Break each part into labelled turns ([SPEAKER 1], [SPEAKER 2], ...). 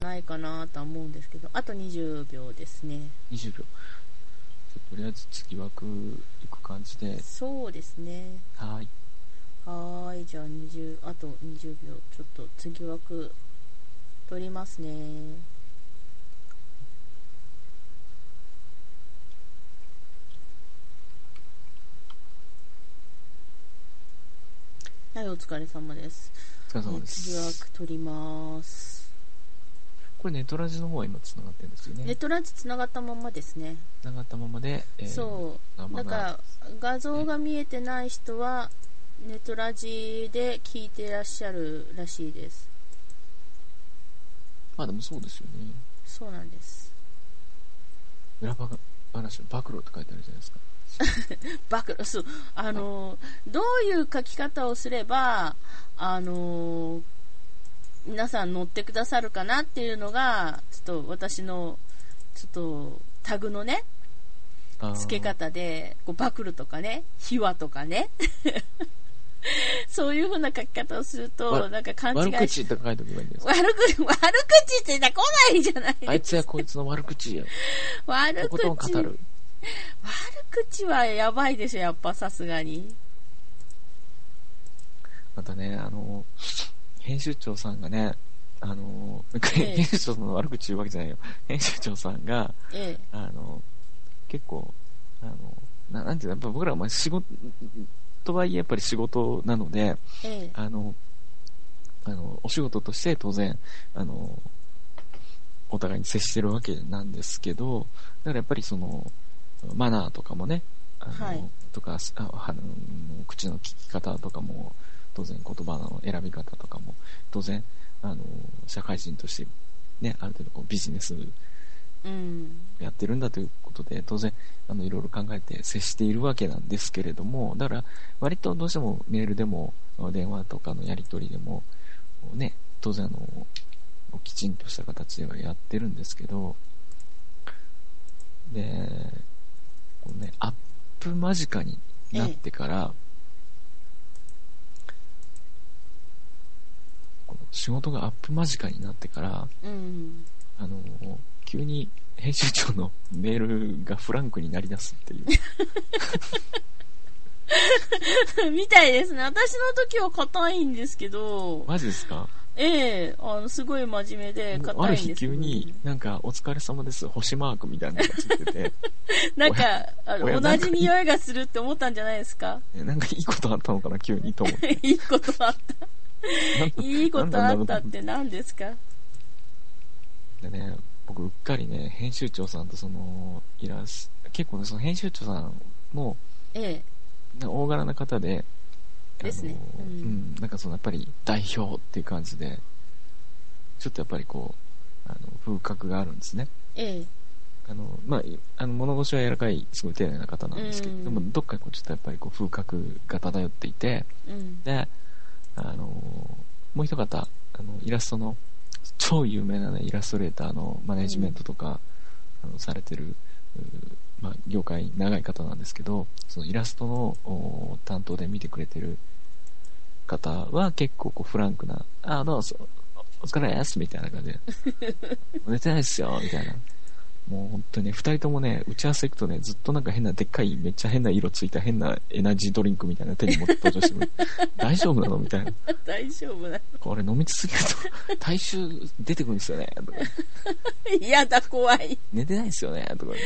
[SPEAKER 1] ないかなとは思うんですけど、あと20秒ですね。
[SPEAKER 2] 20秒。じゃあとりあえず次枠行く感じで。
[SPEAKER 1] そうですね。
[SPEAKER 2] はーい。
[SPEAKER 1] はーい、じゃあ20、あと20秒、ちょっと次枠取りますね。はい、お疲れ様です。
[SPEAKER 2] お疲れ様で
[SPEAKER 1] 次
[SPEAKER 2] す。
[SPEAKER 1] 枠取ります。
[SPEAKER 2] これネットラジの方は今繋がってるんですよ
[SPEAKER 1] ネッ
[SPEAKER 2] ね。
[SPEAKER 1] トラジ繋がったままですね。
[SPEAKER 2] 繋がったままで、えー、。
[SPEAKER 1] そう
[SPEAKER 2] 生
[SPEAKER 1] う。だ
[SPEAKER 2] が
[SPEAKER 1] から、画像が見えてない人は、ネットラジで聞いてらっしゃるらしいです。
[SPEAKER 2] まあでもそうですよね。
[SPEAKER 1] そうなんです。
[SPEAKER 2] 裏ば話の暴露って書いてあるじゃないですか。
[SPEAKER 1] 暴露、そう、あの、どういう書き方をすれば、あの、皆さん乗ってくださるかなっていうのが、ちょっと私の、ちょっと、タグのね、
[SPEAKER 2] あー
[SPEAKER 1] 付け。方で、こう、暴露とかね、秘話とかね、 そういう風な書き方をすると、
[SPEAKER 2] わ
[SPEAKER 1] なんか勘違
[SPEAKER 2] 悪
[SPEAKER 1] い
[SPEAKER 2] 口
[SPEAKER 1] し
[SPEAKER 2] って書いておけばいいんですか。
[SPEAKER 1] 悪口、悪口ってな、来ないじゃない
[SPEAKER 2] あいつやこいつの悪口や。
[SPEAKER 1] 悪
[SPEAKER 2] とことん
[SPEAKER 1] 口。
[SPEAKER 2] 語る。
[SPEAKER 1] 悪口はやばいでしょ、やっぱさすがに。
[SPEAKER 2] またね、あの、編集長さんがね、あの、
[SPEAKER 1] ええ
[SPEAKER 2] 編集長さんの悪口言うわけじゃないよ。編集長さんが、
[SPEAKER 1] ええ。
[SPEAKER 2] あの、結構、あの、ななんていうの、やっぱ僕らはまあ仕事、とはいえやっぱり仕事なので、
[SPEAKER 1] ええ。
[SPEAKER 2] あの、あの、お仕事として当然、あの、お互いに接してるわけなんですけど、だからやっぱりその、マナーとかもね、あの、
[SPEAKER 1] はい
[SPEAKER 2] とか、ああの口の聞き方とかも、当然言葉の選び方とかも、当然、あの、社会人として、ね、ある程度こうビジネス
[SPEAKER 1] うん。
[SPEAKER 2] やってるんだということで、当然、あの、いろいろ考えて接しているわけなんですけれども、だから、割とどうしてもメールでも、電話とかのやり取りでも、ね、当然、あの、きちんとした形ではやってるんですけど、で、こうね、アップ間近になってから、この仕事がアップ間近になってから、
[SPEAKER 1] うん。
[SPEAKER 2] あの、急に編集長のメールがフランクになりだ すっていう。
[SPEAKER 1] みたいですね。私の時は硬いんですけど、
[SPEAKER 2] マジですか
[SPEAKER 1] ええあの、すごい真面目で
[SPEAKER 2] もうあ
[SPEAKER 1] 硬
[SPEAKER 2] る
[SPEAKER 1] いん
[SPEAKER 2] 日
[SPEAKER 1] ですけ
[SPEAKER 2] 急
[SPEAKER 1] ど、
[SPEAKER 2] になんかお疲れ様です、星マークみたいなのがつい てて、
[SPEAKER 1] なんか、あ
[SPEAKER 2] お
[SPEAKER 1] の
[SPEAKER 2] や
[SPEAKER 1] 同
[SPEAKER 2] なんか
[SPEAKER 1] じ匂いがするって思ったんじゃないですか
[SPEAKER 2] なんかいいことあったのかな、急にと思って。
[SPEAKER 1] いいことあ った。
[SPEAKER 2] なんか
[SPEAKER 1] いいことあったって何ですか
[SPEAKER 2] でね、僕うっかりね、編集長さんとその、いらっし結構ね、その編集長さんも、
[SPEAKER 1] え
[SPEAKER 2] な大柄な方で、あの
[SPEAKER 1] ですねうん
[SPEAKER 2] うん、なんかそのやっぱり代表っていう感じで、ちょっとやっぱりこう、あの風格があるんですね。
[SPEAKER 1] え、ええ、
[SPEAKER 2] あの、まあ、いあの、物腰は柔らかい、すごい丁寧な方なんですけど、
[SPEAKER 1] うん
[SPEAKER 2] でも、どっかこう、ちょっとやっぱりこう、風格が漂っていて、
[SPEAKER 1] うん。
[SPEAKER 2] で、あのー、もう一方、あの、イラストの、超有名なね、イラストレーターのマネジメントとか、あの、されてる、うーまあ、業界長い方なんですけど、そのイラストのおー担当で見てくれてる方は結構こう、フランクな、あ、どうぞ、お疲れです、みたいな感じで、寝てないっすよ、みたいな。もう本当にね、二人ともね、打ち合わせ行くとね、ずっとなんか変な、でっかい、めっちゃ変な色ついた変なエナジードリンクみたいな手に持って登場してくる。大丈夫なのみたいな。
[SPEAKER 1] 大丈夫な。
[SPEAKER 2] これ飲み続けると、体臭出てくるんですよね。とか
[SPEAKER 1] 嫌だ、怖い。
[SPEAKER 2] 寝てないですよね。とか、ね、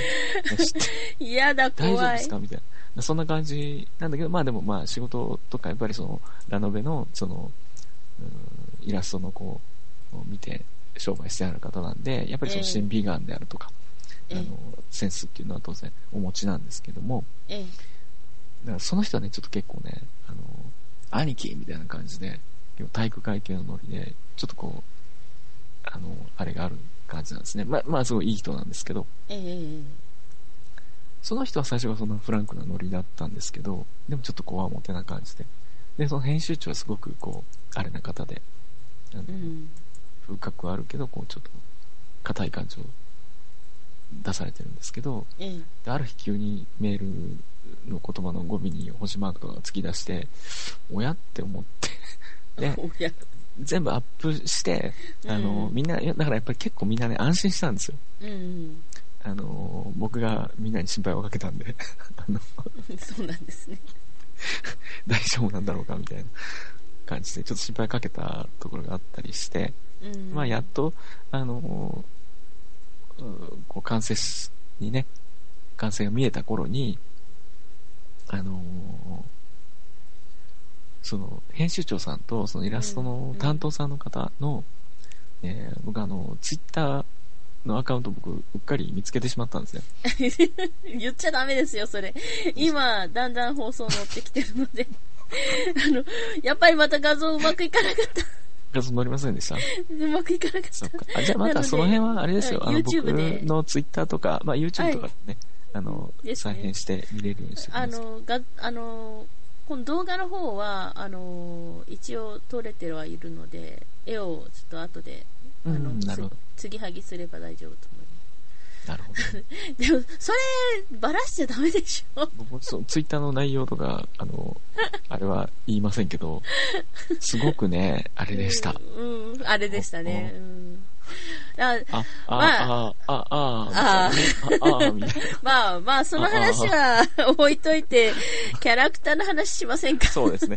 [SPEAKER 2] 知って
[SPEAKER 1] 嫌だ、
[SPEAKER 2] 大丈夫
[SPEAKER 1] 怖
[SPEAKER 2] で
[SPEAKER 1] い
[SPEAKER 2] す。かみたいな。そんな感じなんだけど、まあでもまあ仕事とかやっぱりその、ラノベの、その、うんイラストのこう、を見て商売してある方なんで、やっぱりその審美眼であるとか、
[SPEAKER 1] ええ
[SPEAKER 2] あの、センスっていうのは当然お持ちなんですけども、
[SPEAKER 1] ええ、
[SPEAKER 2] だからその人はね、ちょっと結構ね、あの、兄貴みたいな感じで、結構体育会系のノリで、ちょっとこう、あの、あれがある感じなんですね。まあ、まあ、すごいいい人なんですけど、
[SPEAKER 1] ええ、え
[SPEAKER 2] その人は最初がそんなフランクなノリだったんですけど、でもちょっとこわもてな感じで。で、その編集長はすごくこう、あれな方で、あの
[SPEAKER 1] え、うん。
[SPEAKER 2] 風格はあるけど、こう、ちょっと、硬い感じを出されてるんですけど、
[SPEAKER 1] ええ、
[SPEAKER 2] である日急にメールの言葉の語尾に星マークとかが突き出して、おやって思って、で、
[SPEAKER 1] おや、
[SPEAKER 2] 全部アップして、あの、
[SPEAKER 1] うん
[SPEAKER 2] みんな、いやだからやっぱり結構みんなね、安心したんですよ。
[SPEAKER 1] うん、
[SPEAKER 2] あの、僕がみんなに心配をかけたんで、 あの、
[SPEAKER 1] うん、そうなんですね。
[SPEAKER 2] 大丈夫なんだろうかみたいな感じで、ちょっと心配かけたところがあったりして、
[SPEAKER 1] うん、
[SPEAKER 2] まあ、やっと、あの、うんこう、完成しにね、完成が見えた頃に、あの、その、編集長さんと、そのイラストの担当さんの方の、えー僕あの、ツイッターのアカウント僕、うっかり見つけてしまったんですよ。
[SPEAKER 1] 言っちゃダメですよ、それ。今、だんだん放送乗ってきてるので。 あの、やっぱりまた画像うまくいかなかっ
[SPEAKER 2] 画像乗りませんで した
[SPEAKER 1] た。 うまくいかなか
[SPEAKER 2] そ
[SPEAKER 1] っ。
[SPEAKER 2] ったか。あじゃあま
[SPEAKER 1] なの
[SPEAKER 2] た
[SPEAKER 1] で
[SPEAKER 2] その辺はあれですよ。
[SPEAKER 1] うん
[SPEAKER 2] あの
[SPEAKER 1] YouTube で
[SPEAKER 2] 僕の Twitter とか、まあ YouTube とかでね、あの、
[SPEAKER 1] ですね
[SPEAKER 2] 再編して見れるようにしておき
[SPEAKER 1] あ
[SPEAKER 2] ます。
[SPEAKER 1] の、が、あの、この動画の方は、あの、一応撮れてはいるので、絵をちょっと後で、あ
[SPEAKER 2] うん
[SPEAKER 1] の、
[SPEAKER 2] うんなるほど
[SPEAKER 1] つ継ぎはぎすれば大丈夫と思い
[SPEAKER 2] なるほど。
[SPEAKER 1] ます。でも、それ、ばらしちゃダメでしょ。
[SPEAKER 2] 僕もその Twitter の内容とか、あ の、あれは言いませんけど、すごくね、あれでした。
[SPEAKER 1] うん、うんあれでしたね。うん。あ
[SPEAKER 2] あ、
[SPEAKER 1] ま
[SPEAKER 2] あ、あ、あ、あ、あ、あ、あ、みたいな。
[SPEAKER 1] まあまあ、その話は置いといて、キャラクターの話しませんか。
[SPEAKER 2] そうですね。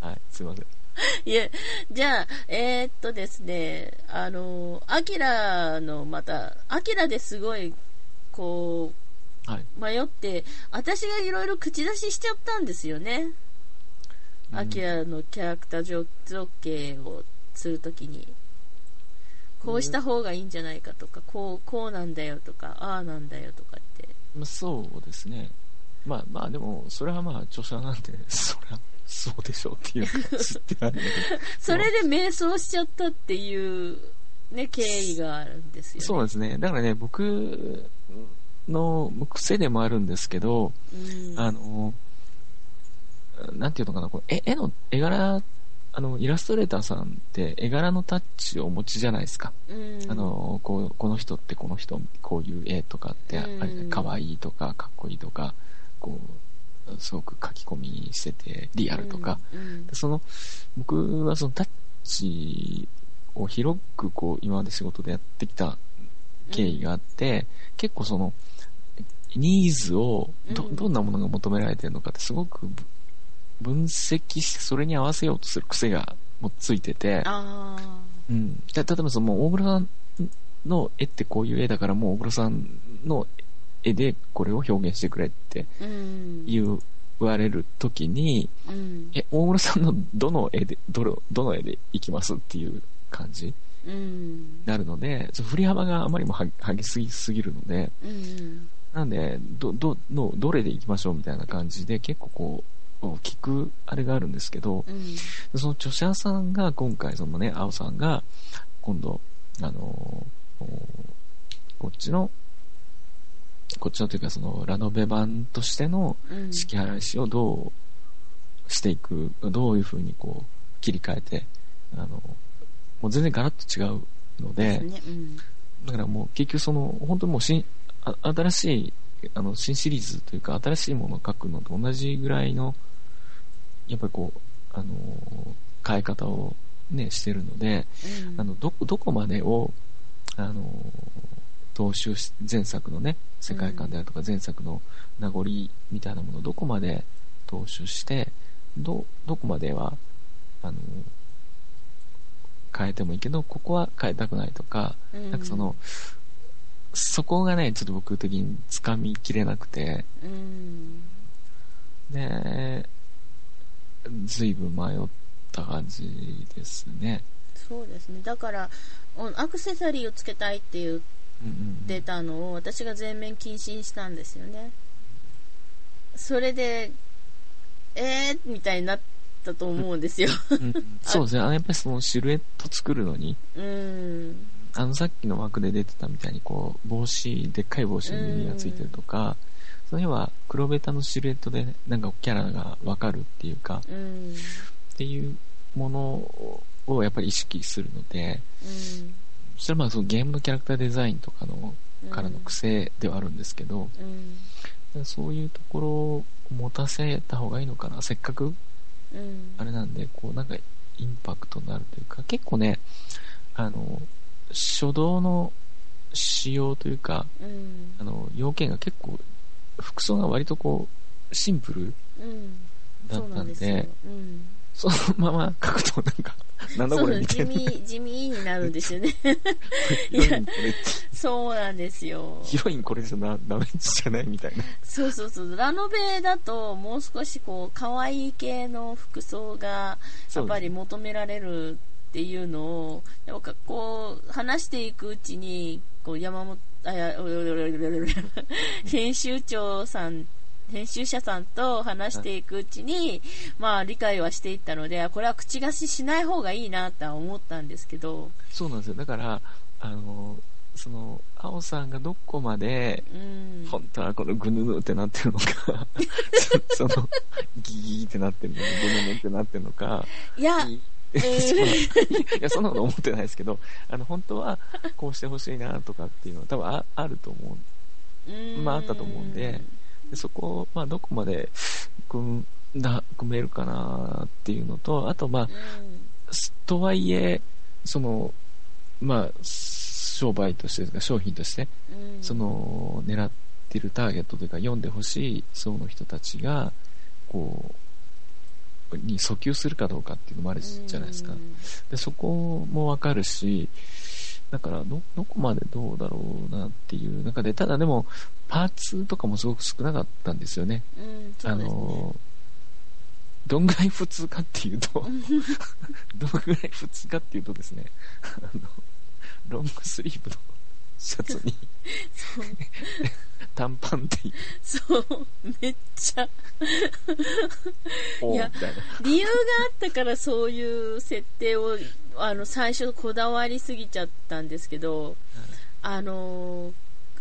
[SPEAKER 2] はい、すいません。
[SPEAKER 1] いや、じゃあ、えーっとですね、あの、アキラのまた、アキラですごい、こ
[SPEAKER 2] はい。
[SPEAKER 1] う、迷って、私がいろいろ口出ししちゃったんですよね。
[SPEAKER 2] うん
[SPEAKER 1] アキラのキャラクター造形をするときに。こうした方がいいんじゃないかとか、こう、こうなんだよとか、ああなんだよとかって。
[SPEAKER 2] まあそうですね。まあまあ、でも、それはまあ、著者なんて、そりゃ、そうでしょうっていうか、知ってあるんだけど。
[SPEAKER 1] それで迷走しちゃったっていう、ね、経緯があるん ですよ、ね。
[SPEAKER 2] そうなんですね。だからね、僕の癖でもあるんですけど、
[SPEAKER 1] うん
[SPEAKER 2] あの、なんていうのかな、これ絵絵の、絵柄、あの、イラストレーターさんって絵柄のタッチをお持ちじゃないですか。
[SPEAKER 1] うん
[SPEAKER 2] あの、こう、この人ってこの人、こういう絵とかって、あ
[SPEAKER 1] うん
[SPEAKER 2] れね、可愛いとか、かっこいいとか、こう、すごく書き込みしてて、リアルとか。、
[SPEAKER 1] うん
[SPEAKER 2] でその、僕はそのタッチを広くこう、今まで仕事でやってきた経緯があって、結構その、ニーズをど、
[SPEAKER 1] うん
[SPEAKER 2] どんなものが求められてるのかってすごくぶ分析して、それに合わせようとする癖がもうついてて、
[SPEAKER 1] ああ
[SPEAKER 2] うん。た例えばその、もう大黒さんの絵ってこういう絵だから、もう大黒さんの絵でこれを表現してくれって
[SPEAKER 1] うん
[SPEAKER 2] 言われるときに、
[SPEAKER 1] うん
[SPEAKER 2] え、大黒さんのどの絵で、どの、どの絵でいきますっていう感じに
[SPEAKER 1] うん
[SPEAKER 2] なるので、その振り幅があまりにもは激しすぎすぎるので、
[SPEAKER 1] うん
[SPEAKER 2] なんで、ど、ど、の、どれで行きましょうみたいな感じで、結構こう、聞くあれがあるんですけど、
[SPEAKER 1] うん
[SPEAKER 2] その著者さんが今回、そのね、青さんが、今度、あのーこっちの、こっちのというか、その、ラノベ版としての
[SPEAKER 1] うん
[SPEAKER 2] 式払いしをどうしていく、どういう風にこう、切り替えて、あの、もう全然ガラッと違う ので、
[SPEAKER 1] ねうん
[SPEAKER 2] だからもう結局その、本当にもう新、あ新しい、あの、新シリーズというか、新しいものを書くのと同じぐらいの、やっぱりこう、あのー変え方をね、してるので、
[SPEAKER 1] うん
[SPEAKER 2] あの、ど、どこまでを、あのー踏襲し、前作のね、世界観であるとか、前作の名残みたいなものをどこまで踏襲して、ど、どこまでは、あのー変えてもいいけど、ここは変えたくないとか、
[SPEAKER 1] うん
[SPEAKER 2] なんかその、そこがね、ちょっと僕的に掴みきれなくて、
[SPEAKER 1] うん
[SPEAKER 2] で、ずいぶん迷った感じですね。
[SPEAKER 1] そうですねだからうんアクセサリーをつけたいって言っ
[SPEAKER 2] うんうん
[SPEAKER 1] てたのを私が全面禁止にしたんですよねそれでえーみたいになったと思うん ですよ
[SPEAKER 2] うんうんそうですね。あの、やっぱりそのシルエット作るのに、
[SPEAKER 1] うん
[SPEAKER 2] あのさっきの枠で出てたみたいに、こう、帽子、でっかい帽子に耳がついてるとか、その辺は黒ベタのシルエットで、なんかキャラがわかるっていうか、
[SPEAKER 1] うん
[SPEAKER 2] っていうものをやっぱり意識するので、
[SPEAKER 1] うん
[SPEAKER 2] それはまあそのゲームのキャラクターデザインとかのからの癖ではあるんですけど、
[SPEAKER 1] うん
[SPEAKER 2] そういうところを持たせた方がいいのかな。せっかく
[SPEAKER 1] うん
[SPEAKER 2] あれなんで、こうなんかインパクトになるというか、結構ね、あの、初動の仕様というか、
[SPEAKER 1] うん
[SPEAKER 2] あの、要件が結構、服装が割とこう、シンプル
[SPEAKER 1] うん
[SPEAKER 2] だ
[SPEAKER 1] そ
[SPEAKER 2] っ
[SPEAKER 1] う
[SPEAKER 2] た
[SPEAKER 1] なん
[SPEAKER 2] ん
[SPEAKER 1] ですよ
[SPEAKER 2] で、、
[SPEAKER 1] うん、
[SPEAKER 2] そのまま書くとな んか、なんだ
[SPEAKER 1] そ
[SPEAKER 2] こ
[SPEAKER 1] う
[SPEAKER 2] れみた
[SPEAKER 1] 地
[SPEAKER 2] いな。
[SPEAKER 1] 味地味になるんですよ ね
[SPEAKER 2] ヒロインこれ、
[SPEAKER 1] そうなんですよ
[SPEAKER 2] ヒロインこれじゃなダメじゃないみたいな。
[SPEAKER 1] そうそうそうラノベだともう少しこう可愛い系の服装が やっぱり求められるっていうのをなんかこう話していくうちにこう山本あいやお よよよよよよ編集長さん編集者さんと話していくうちに、まあ理解はしていったので、あこれは口貸ししない方がいいなとは思ったんですけど、
[SPEAKER 2] そうなんですよ。だから、あの、その、青さんがどこまで、
[SPEAKER 1] うん。
[SPEAKER 2] 本当はこのぐぬぬってなってる のか、そその、ギギーってなってるのか、ぐぬぬってなってるのか、
[SPEAKER 1] いや、
[SPEAKER 2] いい
[SPEAKER 1] えー
[SPEAKER 2] いや、そんなこと思ってないですけど、あの、本当はこうしてほしいなとかっていうのは多分ああると思うん
[SPEAKER 1] うん
[SPEAKER 2] まああったと思うんでで、そこを、まあ、どこまで組んだ、組めるかなっていうのと、あと、まあ
[SPEAKER 1] う、ん
[SPEAKER 2] すとはいえ、その、まあ、商売としてですか、商品として、
[SPEAKER 1] うん
[SPEAKER 2] その、狙ってるターゲットというか、読んでほしい層の人たちが、こう、に訴求するかどうかっていうのもあるじゃないですか
[SPEAKER 1] う。ん
[SPEAKER 2] で、そこもわかるし、だからど、どこまでどうだろうなっていう中で、ただでも、パーツとかもすごく少なかったんですよね。
[SPEAKER 1] うん、そ
[SPEAKER 2] あ
[SPEAKER 1] うですね。
[SPEAKER 2] の、どんぐらい普通かっ ていうと、どんぐらい普通かっていうとですね、あの、ロングスリーブのシャツに短パンっていう、
[SPEAKER 1] そう、そう、めっちゃ。
[SPEAKER 2] お
[SPEAKER 1] い
[SPEAKER 2] ー
[SPEAKER 1] や
[SPEAKER 2] みたいな。
[SPEAKER 1] 理由があったからそういう設定を、あの、最初こだわりすぎちゃったんですけど、あの、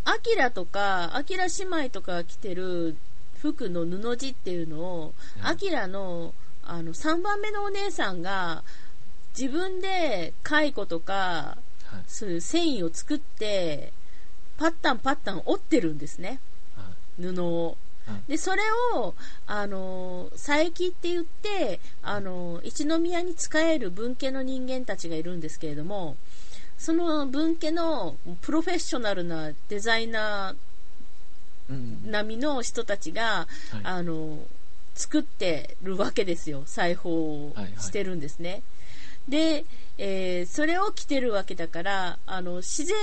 [SPEAKER 1] アキラとか、アキラ姉妹とかが着てる服の布地っていうのを、アキラの、あの、3番目のお姉さんが、自分で蚕とか、
[SPEAKER 2] はい
[SPEAKER 1] そういう繊維を作って、パッタンパッタン折ってるんですね。
[SPEAKER 2] はい
[SPEAKER 1] 布を
[SPEAKER 2] うん。
[SPEAKER 1] で、それを、あのー、佐伯って言って、あのー、一宮に仕える文家の人間たちがいるんですけれども、その文家のプロフェッショナルなデザイナ
[SPEAKER 2] うん
[SPEAKER 1] ー並みの人たちが、
[SPEAKER 2] はい
[SPEAKER 1] あのー、作ってるわけですよ。裁縫を
[SPEAKER 2] はいはい
[SPEAKER 1] してるんですね。で、えーそれを着てるわけだから、あの、自然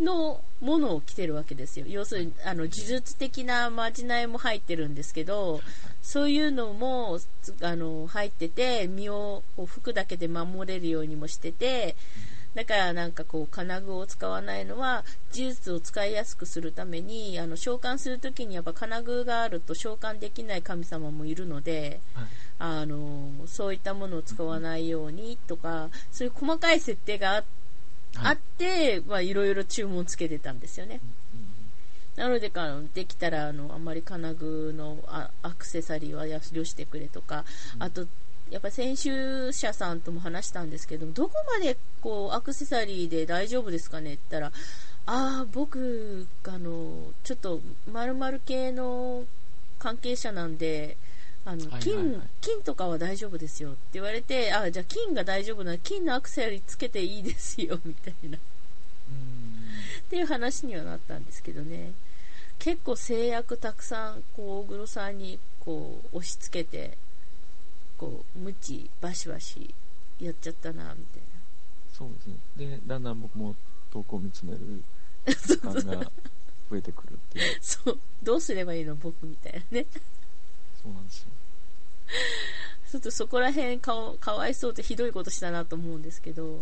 [SPEAKER 1] のものを着てるわけですよ。要するに、あの、呪術的なまじないも入ってるんですけど、そういうのも、つあの、入ってて、身をこう服だけで守れるようにもしてて、だからなんかこう、金具を使わないのは、呪術を使いやすくするために、あの、召喚するときにやっぱ金具があると召喚できない神様もいるので、
[SPEAKER 2] はい
[SPEAKER 1] あのそういったものを使わないようにとか、そういう細かい設定があ,、
[SPEAKER 2] はい
[SPEAKER 1] って、まあ、いろいろ注文つけてたんですよね。なので、あのできたらあのあんまり金具のあアクセサリーはやよしてくれとか、あと、やっぱ先週者さんとも話したんですけど、どこまでこうアクセサリーで大丈夫ですかねって言ったら、ああ、僕、あの、ちょっと丸々系の関係者なんで、あの、
[SPEAKER 2] はいはいはい
[SPEAKER 1] 金、金とかは大丈夫ですよって言われて、ああ、じゃあ金が大丈夫なら金のアクセサリーつけていいですよ、みたいな。っていう話にはなったんですけどね結構制約たくさんこう大黒さんにこう押し付けてこう無知バシバシやっちゃったな みた
[SPEAKER 2] そうですね。で、だんだん僕も投稿を見つめる時間が増えてくるっていう
[SPEAKER 1] いなそうどうすればいいの僕みたいなね
[SPEAKER 2] そうなんですよ。
[SPEAKER 1] ちょっとそこら辺かわかわいそうってひどいことしたなと思うんですけど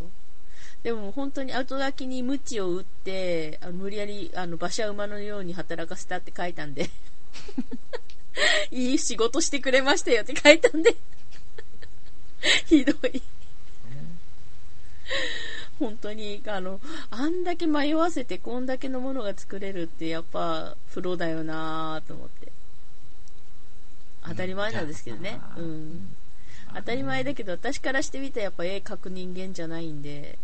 [SPEAKER 1] でも本当に後書きに無知を打ってあの無理やりあの馬車馬のように働かせたって書いたんで いい仕事してくれましたよって書いたんで ひどい本当にあのあんだけ迷わせてこんだけのものが作れるってやっぱプロだよなぁと思って当たり前なんですけどね
[SPEAKER 2] いやー
[SPEAKER 1] うん当たり前だけど私からしてみたらやっぱ絵描く人間じゃないんで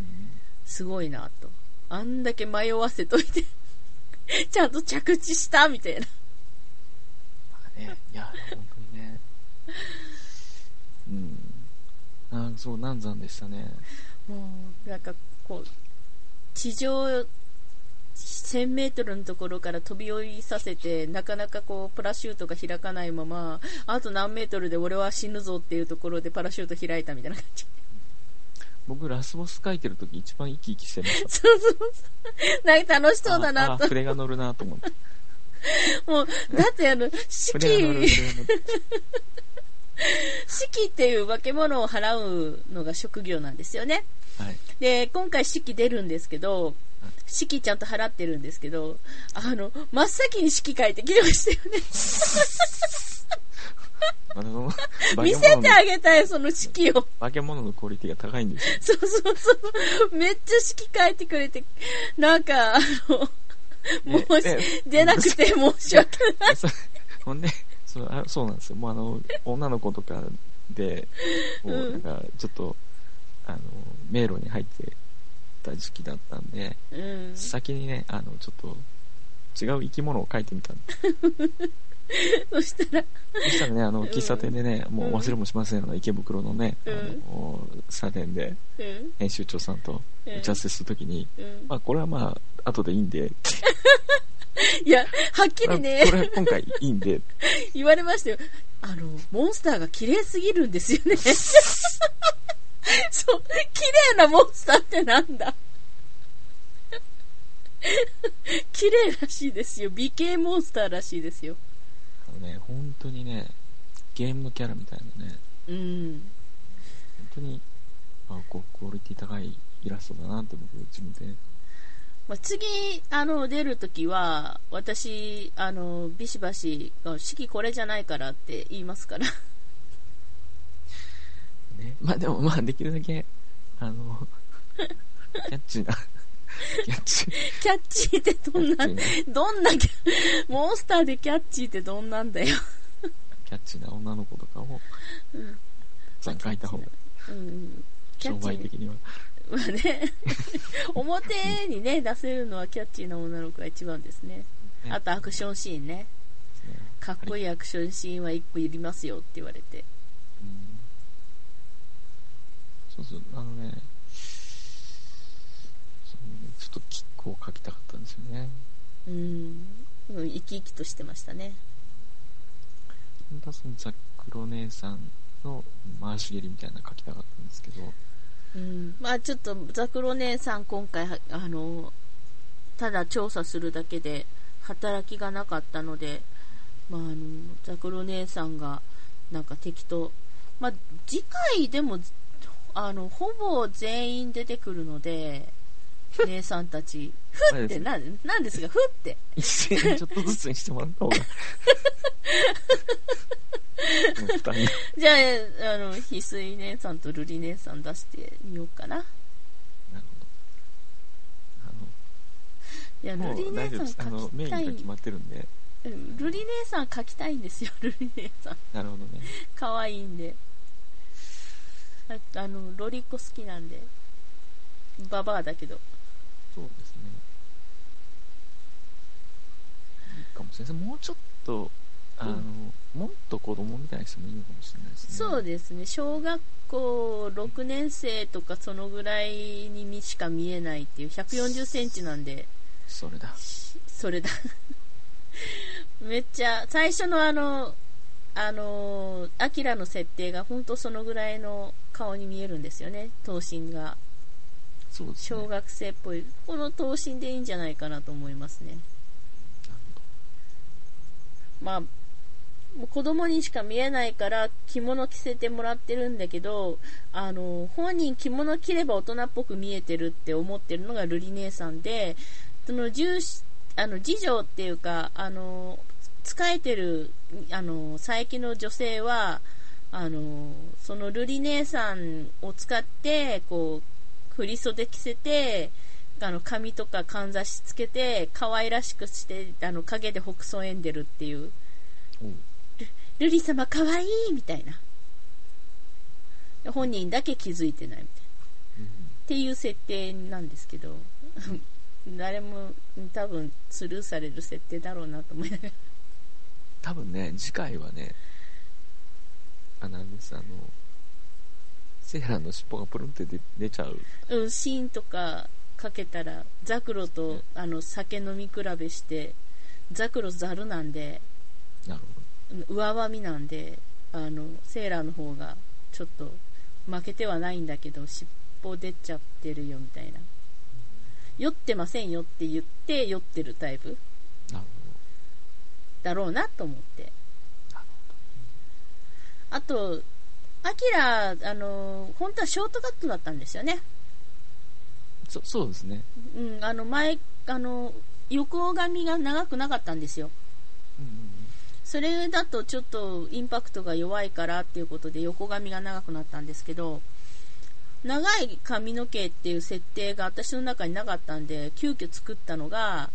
[SPEAKER 2] うん
[SPEAKER 1] すごいなとあんだけ迷わせといて ちゃんと着地したみたいな
[SPEAKER 2] まあね、いや、本当にね。うん。うん、そう、難産でしたね。
[SPEAKER 1] もう、なんかこう、地上1000メートルのところから飛び降りさせて、なかなかこう、パラシュートが開かないまま、あと何メートルで俺は死ぬぞっていうところでパラシュート開いたみたいな感じ。
[SPEAKER 2] 僕、ラスボス書いてるとき一番生き生きしてました。
[SPEAKER 1] そうそうそう。なんか楽し そうだ
[SPEAKER 2] あ
[SPEAKER 1] な
[SPEAKER 2] あ、
[SPEAKER 1] と。
[SPEAKER 2] 筆が乗るなと 思って。
[SPEAKER 1] もう、だってあの、四
[SPEAKER 2] 筆が乗る、
[SPEAKER 1] 季、
[SPEAKER 2] 筆が乗る。
[SPEAKER 1] 四季っていう化け物を払うのが職業なんですよね。
[SPEAKER 2] はい。
[SPEAKER 1] で、今回四季出るんですけど、四季ちゃんと払ってるんですけど、あの、真っ先に四季書いてきましたよね。
[SPEAKER 2] またそ の、化
[SPEAKER 1] 見
[SPEAKER 2] け
[SPEAKER 1] せ
[SPEAKER 2] 物の
[SPEAKER 1] て、あげたい、その四季を。
[SPEAKER 2] 化け物のクオリティが高いんですよ。
[SPEAKER 1] そうそうそう。めっちゃ式書いてくれて、なんか、あの、もう
[SPEAKER 2] ねね
[SPEAKER 1] 出なくて申し訳ない。
[SPEAKER 2] でそ ほんでそのあそうなんですよもうあの女の子とかでこう
[SPEAKER 1] うん
[SPEAKER 2] なんかちょっと、あの迷路に入ってた時期だったんで、
[SPEAKER 1] うん。
[SPEAKER 2] 先にねあのちょっと違う生き物を描いてみたん です
[SPEAKER 1] そしたら、
[SPEAKER 2] そしたらねあの
[SPEAKER 1] うん
[SPEAKER 2] 喫茶店でね、もう忘れもしませんの池袋のね、
[SPEAKER 1] うん
[SPEAKER 2] あのサテンで
[SPEAKER 1] うん。
[SPEAKER 2] 編集長さんと
[SPEAKER 1] うん
[SPEAKER 2] 打ち合わせした時に、
[SPEAKER 1] うん
[SPEAKER 2] まあこれはまあ後でいいんで、
[SPEAKER 1] いや、はっきりね
[SPEAKER 2] こ、れは今回いいんで、
[SPEAKER 1] 言われましたよ。あの、モンスターが綺麗すぎるんですよね。 そう、綺麗なモンスターってなんだ 綺麗らしいですよ。美形モンスターらしいですよ。
[SPEAKER 2] あのね、本当にね、ゲームのキャラみたいなね、
[SPEAKER 1] うん。
[SPEAKER 2] 本当にあこうクオリティ高いイラストだなって僕自分で
[SPEAKER 1] まあ、次あの出るときは私あのビシバシが「式これじゃないから」って言います から
[SPEAKER 2] ねまあでもまあできるだけ あのキャッチーなキャッチー
[SPEAKER 1] キャッチーってどんな
[SPEAKER 2] キャッチー
[SPEAKER 1] どんなキャモンスターでキャッチーってどんなんだよ、
[SPEAKER 2] キャッチーな女の子とかを
[SPEAKER 1] うん
[SPEAKER 2] さ描いた方が
[SPEAKER 1] うん、キャ
[SPEAKER 2] 商
[SPEAKER 1] ッチ
[SPEAKER 2] 売
[SPEAKER 1] ー
[SPEAKER 2] 的には
[SPEAKER 1] はね 表にね出せるのはキャッチーな女の子が一番ですね
[SPEAKER 2] ね
[SPEAKER 1] あとアクションシーンね
[SPEAKER 2] ね
[SPEAKER 1] かっこいいアクションシーンは1個いりますよって言われて
[SPEAKER 2] うんそうそうあのねそうねちょっとキックを描きたかったんですよね
[SPEAKER 1] うんうん生き生きとしてましたね
[SPEAKER 2] 本当はそのザックロ姉さんの回し蹴りみたいなの描きたかったんですけど
[SPEAKER 1] うん、まあちょっとザクロ姉さん今回はあのただ調査するだけで働きがなかったので、まあ、あのザクロ姉さんがなんか適当、まあ、次回でもあのほぼ全員出てくるので姉さんたち
[SPEAKER 2] あれ
[SPEAKER 1] って
[SPEAKER 2] ですね
[SPEAKER 1] なんなんですがふって
[SPEAKER 2] 一斉にちょっとずつにしてもら った方が。もう負担が
[SPEAKER 1] じゃああの翡翠姉さんと瑠璃姉さん出してみようかな
[SPEAKER 2] なる
[SPEAKER 1] いや
[SPEAKER 2] ほど。あ
[SPEAKER 1] 瑠
[SPEAKER 2] の、
[SPEAKER 1] 璃姉
[SPEAKER 2] もう大丈夫です。
[SPEAKER 1] さ
[SPEAKER 2] あ
[SPEAKER 1] ん
[SPEAKER 2] の
[SPEAKER 1] 書、
[SPEAKER 2] メ
[SPEAKER 1] き
[SPEAKER 2] イン
[SPEAKER 1] た
[SPEAKER 2] が
[SPEAKER 1] い
[SPEAKER 2] 決まってるんで。
[SPEAKER 1] うん瑠璃姉さん書きたいんですよ 瑠璃姉さん
[SPEAKER 2] なるほどね。
[SPEAKER 1] 可愛いんでああのロリコ好きなんでババアだけど
[SPEAKER 2] そうですね。いいかもしれないです。もうちょっと、あの、
[SPEAKER 1] うん
[SPEAKER 2] もっと子供みたいにしてもいいのかもしれないですね。
[SPEAKER 1] そうですね小学校6年生とかそのぐらいにしか見えないっていう1 4 0センチなんで
[SPEAKER 2] それだ。
[SPEAKER 1] しそれだ めっちゃ最初のあのあのアキラの設定が本当そのぐらいの顔に見えるんですよね頭身が
[SPEAKER 2] そうです
[SPEAKER 1] 小
[SPEAKER 2] ね。なる
[SPEAKER 1] 学生っぽいこの頭身でいいんじゃないかなと思いますね
[SPEAKER 2] ほ
[SPEAKER 1] まあ、もう子供にしか見えないから着物着せてもらってるんだけど、あの、本人着物着れば大人っぽく見えてるって思ってるのがルリ姉さんで、その重視、あの、次女っていうか、あの、使えてる、あの、佐伯の女性は、あの、そのルリ姉さんを使って、こう、振り袖着せて、あの、髪とかかんざしつけて、可愛らしくして、あの、影で北総演んでるっていう。
[SPEAKER 2] ど。おう
[SPEAKER 1] ルリ様可愛いみたいな。で本人だけ気づいてないみたいな。
[SPEAKER 2] うん
[SPEAKER 1] っていう設定なんですけど、 誰も多分スルーされる設定だろうなと思いながら。
[SPEAKER 2] 多分ね、次回はね、あ、なんです、あの、セーラーの尻尾がプルンって出出ちゃう。
[SPEAKER 1] うん、シーンとかかけたら、ザクロとあの酒飲み比べして、ザクロザルなんで、
[SPEAKER 2] なる
[SPEAKER 1] うん上輪みなんで、あの、セーラーの方が、ちょっと、負けてはないんだけど、尻尾出ちゃってるよ、みたいな。酔ってませんよって言って、酔ってるタイプ
[SPEAKER 2] ほど。なる
[SPEAKER 1] だろうなと思って。
[SPEAKER 2] なる
[SPEAKER 1] あと、アキラ、あの、本当はショートカットだったんですよね。
[SPEAKER 2] ほど。そそうですね。
[SPEAKER 1] うん、あの、前、あの、横髪が長くなかったんですよ。
[SPEAKER 2] うんうんうん。
[SPEAKER 1] それだとちょっとインパクトが弱いからっていうことで横髪が長くなったんですけど、長い髪の毛っていう設定が私の中になかったんで、急遽作ったのが、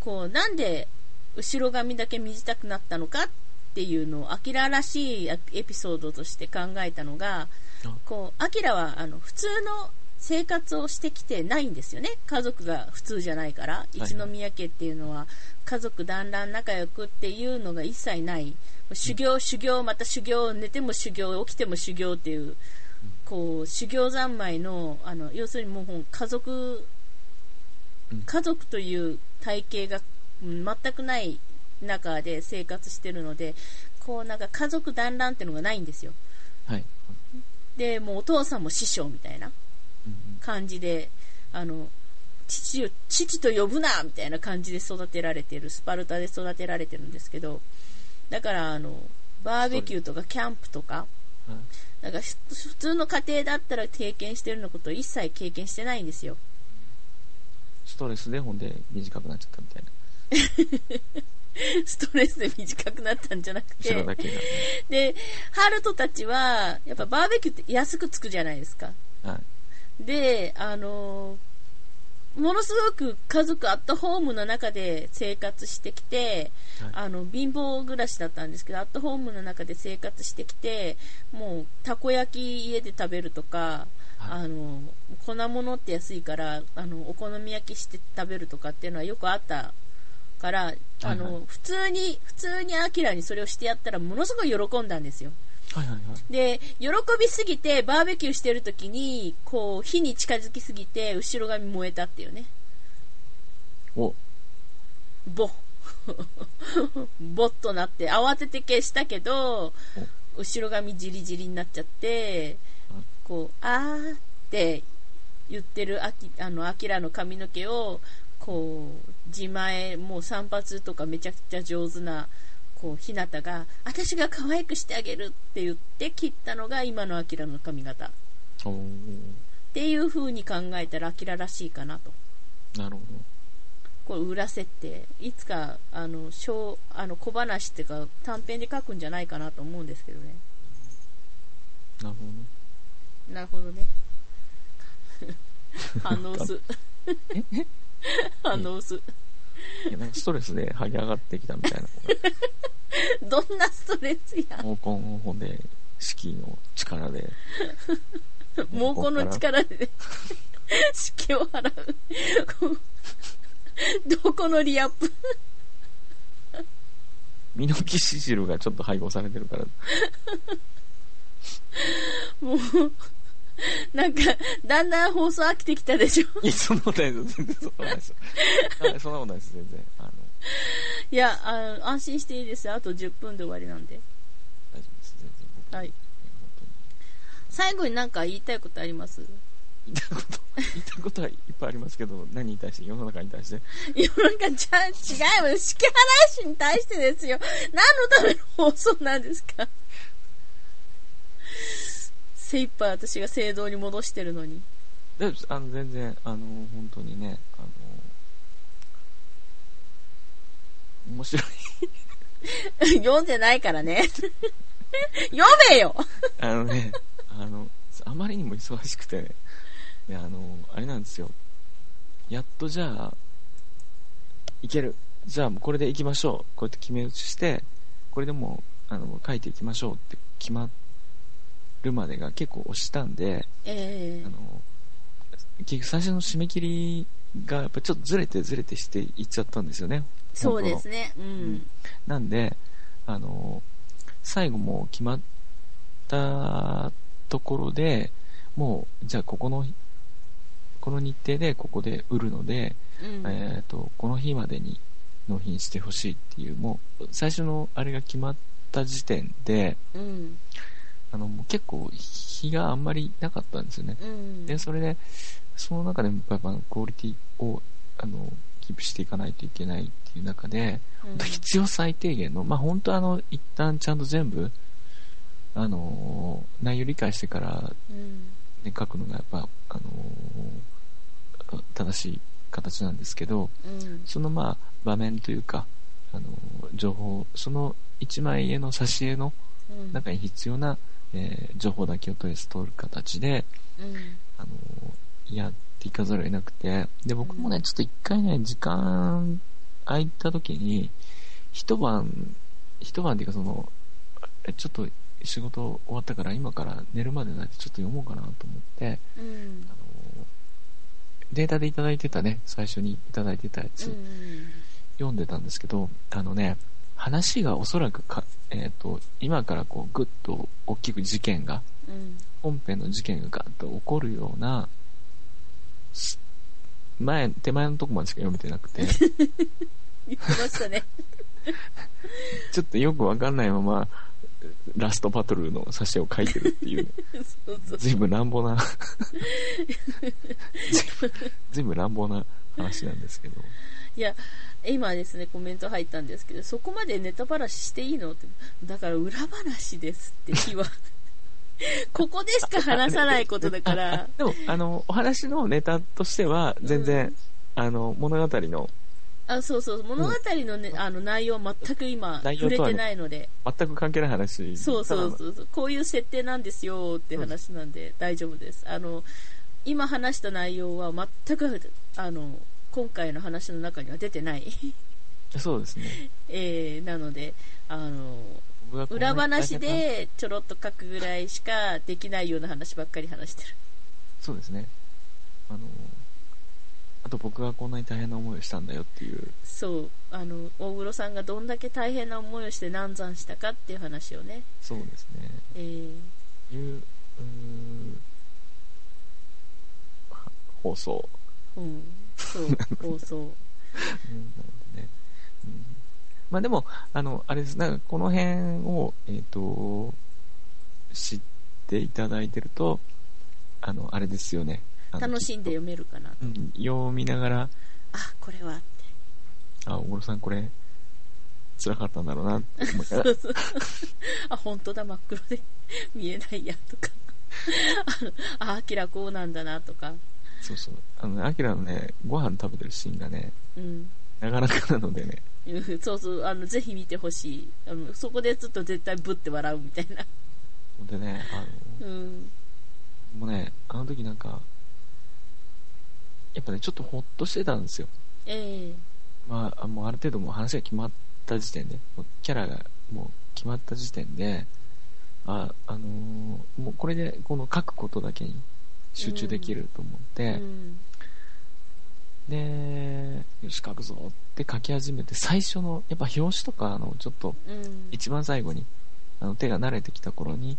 [SPEAKER 1] こう、なんで後ろ髪だけ短くなったのかっていうのを、アキラらしいエピソードとして考えたのが、
[SPEAKER 2] あ
[SPEAKER 1] こう、アキラは、あの、普通の生活をしてきてないんですよね。家族が普通じゃないから。
[SPEAKER 2] いはい
[SPEAKER 1] 一宮家っていうのは、家族団らん仲良くっていうのが一切ない。修行、修行、また修行、寝ても修行、起きても修行っていう、こう、修行三昧の、あの、要するにもうほん家族
[SPEAKER 2] うん、
[SPEAKER 1] 家族という体系がうん全くない中で生活してるので、こうなんか家族団らんってのがないんですよ。
[SPEAKER 2] はい。
[SPEAKER 1] で、もうお父さんも師匠みたいな
[SPEAKER 2] うんうん
[SPEAKER 1] 感じで、あの、父よ、父と呼ぶなみたいな感じで育てられてる、スパルタで育てられてるんですけど、だから、あの、バーベキューとかキャンプとか、
[SPEAKER 2] はい
[SPEAKER 1] なんかし普通の家庭だったら経験してるのことを一切経験してないんですよ。
[SPEAKER 2] ストレスでほんで短くなっちゃったみたいな。
[SPEAKER 1] ストレスで短くなったんじゃなく
[SPEAKER 2] 後ろ
[SPEAKER 1] て。
[SPEAKER 2] だけが、ね。
[SPEAKER 1] で、ハルトたちは、やっぱバーベキューって安くつくじゃないですか。
[SPEAKER 2] はい。
[SPEAKER 1] で、あのーものすごく家族アットホームの中で生活してきて、
[SPEAKER 2] はい
[SPEAKER 1] あの、貧乏暮らしだったんですけど、アットホームの中で生活してきて、もう、たこ焼き家で食べるとか、
[SPEAKER 2] はい
[SPEAKER 1] あの、粉物って安いから、あの、お好み焼きして食べるとかっていうのはよくあったから、あの、
[SPEAKER 2] はいは
[SPEAKER 1] 普通に、普通にアキラにそれをしてやったら、ものすごい喜んだんですよ。
[SPEAKER 2] はいはいはい。
[SPEAKER 1] で、喜びすぎて、バーベキューしてる時に、こう、火に近づきすぎて、後ろ髪燃えたっていうね。
[SPEAKER 2] お、
[SPEAKER 1] ボッ。ボッとなって、慌てて消したけど、後ろ髪じりじりになっちゃって
[SPEAKER 2] うん、
[SPEAKER 1] こう、あーって言ってるあき、あの、アキラの髪の毛を、こう、自前、もう散髪とかめちゃくちゃ上手な、こう、ひなたが、私が可愛くしてあげるって言って切ったのが今のアキラの髪型。っ
[SPEAKER 2] おー
[SPEAKER 1] ていう風に考えたらアキラらしいかなと。
[SPEAKER 2] なるほ
[SPEAKER 1] これ裏設定いつかあの小あの小話っていうか短編で書くんじゃないかなと思うんですけどね
[SPEAKER 2] ど。なるほどね。
[SPEAKER 1] なるほどね 反応薄
[SPEAKER 2] ええ
[SPEAKER 1] 反応薄
[SPEAKER 2] いやなんかストレスで剥げ上がってきたみたい な。
[SPEAKER 1] どんなストレスや
[SPEAKER 2] 毛根をほんで、四季の力で。
[SPEAKER 1] 毛根の力でね湿気を払うこうどこのリアップ
[SPEAKER 2] ミノキシジルがちょっと配合されてるから。
[SPEAKER 1] もうなんかだんだん放送飽きてきたでしょ
[SPEAKER 2] いや、そんなことないですよ。全然そんなことない ですよ。はいそんなことないです、全然。あの、
[SPEAKER 1] いやあの安心していいですあと10分で終わりなんで
[SPEAKER 2] 大丈夫です、全然僕。
[SPEAKER 1] はい。
[SPEAKER 2] 本当に。
[SPEAKER 1] 最後になんか言いたいことあります
[SPEAKER 2] 言いたいこと、言いたいことはいっぱいありますけど、何に対して、世の中に対して。
[SPEAKER 1] 世の中じゃ違います。死刑払い師に対してですよ。何のための放送なんですか精一杯私が正道に戻してるのに。
[SPEAKER 2] 大丈夫です。あの、全然、あの、本当にね、あの、面白い。
[SPEAKER 1] 読んでないからね。 読めよ
[SPEAKER 2] あのね、あの、あまりにも忙しくて、ね、で、あの、あれなんですよ。やっとじゃあ、いける。じゃあもうこれで行きましょう。こうやって決め打ちして、これでもう、あの、書いていきましょうって決まるまでが結構押したんで、
[SPEAKER 1] え
[SPEAKER 2] あの、結局最初の締め切りがやっぱちょっとずれてずれてしていっちゃったんですよね。
[SPEAKER 1] ー、そうですね。うん。
[SPEAKER 2] なんで、あの、最後もう決まったところで、もう、じゃあここの、この日程でここで売るので、
[SPEAKER 1] うん。
[SPEAKER 2] えっ、と、この日までに納品してほしいっていう、もう、最初のあれが決まった時点で、
[SPEAKER 1] うん。
[SPEAKER 2] あの、もう結構日があんまりなかったんですよね。
[SPEAKER 1] うん。
[SPEAKER 2] で、それで、その中でもやっぱクオリティを、あの、キープしていかないといけないっていう中で、
[SPEAKER 1] うん
[SPEAKER 2] 必要最低限の、まあ、本当あの、一旦ちゃんと全部、あの、内容理解してから
[SPEAKER 1] うん。
[SPEAKER 2] ね、書くのがやっぱ、あのー正しい形なんですけど、
[SPEAKER 1] うん。
[SPEAKER 2] そのまあ場面というか、あのー情報、その1枚への挿絵の
[SPEAKER 1] うん。
[SPEAKER 2] 中に必要な、えー情報だけをとりあえず取る形で、
[SPEAKER 1] うん。
[SPEAKER 2] あのーやっていかざるを得なくて、で、僕もね、ちょっと一回ね、時間空いた時に、一晩、一晩っていうかその、えちょっと仕事終わったから今から寝るまでの間ちょっと読もうかなと思って、
[SPEAKER 1] うん
[SPEAKER 2] あ。のデータでいただいてたね、最初にいただいてたやつ、
[SPEAKER 1] うん。
[SPEAKER 2] 読んでたんですけど、あのね、話がおそらくか、えっ、と、今からこう、ぐっと大きく事件が、
[SPEAKER 1] うん。
[SPEAKER 2] 本編の事件がガッと起こるような、す前、手前のとこまでしか読めてな くて、ち
[SPEAKER 1] 言ってましたね。
[SPEAKER 2] ょっとよくわかんないまま、ラストバトルの挿絵を描いてるっていう、 ね、
[SPEAKER 1] そうそう。
[SPEAKER 2] ずいぶん乱暴 なずいぶん、ずいぶん乱暴な話なんですけど、
[SPEAKER 1] いや、今ですね、コメント入ったんですけど、そこまでネタバラシしていいのって、だから裏話ですって、日 は。ここでしか話さないことだから、
[SPEAKER 2] でも、あの、お話のネタとしては、全然、あの、物語の
[SPEAKER 1] あ、そうそう、物語の,、ねあの内容は全く今、
[SPEAKER 2] 内
[SPEAKER 1] 触
[SPEAKER 2] 容
[SPEAKER 1] れ
[SPEAKER 2] とは
[SPEAKER 1] て
[SPEAKER 2] ね
[SPEAKER 1] ないので、
[SPEAKER 2] 全く関係ない話。
[SPEAKER 1] そうそう
[SPEAKER 2] ただ
[SPEAKER 1] そうそう、こういう設定なんですよって話なんで、大丈夫です。あの、今話した内容は全く、あの、今回の話の中には出てない。
[SPEAKER 2] のそうですね。
[SPEAKER 1] えー、なので、あの、
[SPEAKER 2] 僕がこんな
[SPEAKER 1] 裏話。でちょろっと書くぐらいしかできないような話ばっかり話してる。
[SPEAKER 2] そうですね。あの、あと僕がこんなに大変な思いをしたんだよっていう、
[SPEAKER 1] そう、あの、大黒さんがどんだけ大変な思いをして難産したかっていう話をね、
[SPEAKER 2] そうですね。
[SPEAKER 1] えー、
[SPEAKER 2] いう、うーん、は放送。
[SPEAKER 1] うん、 そう、放送。
[SPEAKER 2] うんなるほどね。うんまあでも、あの、あれです。なんかこの辺を、えっ、と、知っていただいてると、あの、あれですよね。あの
[SPEAKER 1] 楽しんで
[SPEAKER 2] きっ
[SPEAKER 1] 読めるかな。
[SPEAKER 2] とうん、よう見ながら、
[SPEAKER 1] あ、これ はって。
[SPEAKER 2] あ、小黒さんこれ、辛かったんだろうなって思いな
[SPEAKER 1] そ
[SPEAKER 2] がら、
[SPEAKER 1] うそう。あ、本当だ、真っ黒で見えないや、とか。あの、あ、アキラこうなんだな、とか。
[SPEAKER 2] そうそう。あのね、アキラのね、ご飯食べてるシーンがね、
[SPEAKER 1] うん。
[SPEAKER 2] なかなかなのでね、
[SPEAKER 1] うんそうそう、あの、ぜひ見てほしい。あの、そこでちょっと絶対ブって笑うみたいな。
[SPEAKER 2] ほんでね、あの、
[SPEAKER 1] うん。
[SPEAKER 2] もうね、あの時なんか、やっぱね、ちょっとほっとしてたんですよ。
[SPEAKER 1] ええ
[SPEAKER 2] まあ、もうある程度もう話が決まった時点で、もうキャラがもう決まった時点で、あ、あのーもうこれでこの書くことだけに集中できると思って、
[SPEAKER 1] うん
[SPEAKER 2] で、よし書くぞって書き始めて、最初の、やっぱ表紙とか、あの、ちょっと
[SPEAKER 1] うん
[SPEAKER 2] 一番最後に、あの、手が慣れてきた頃に、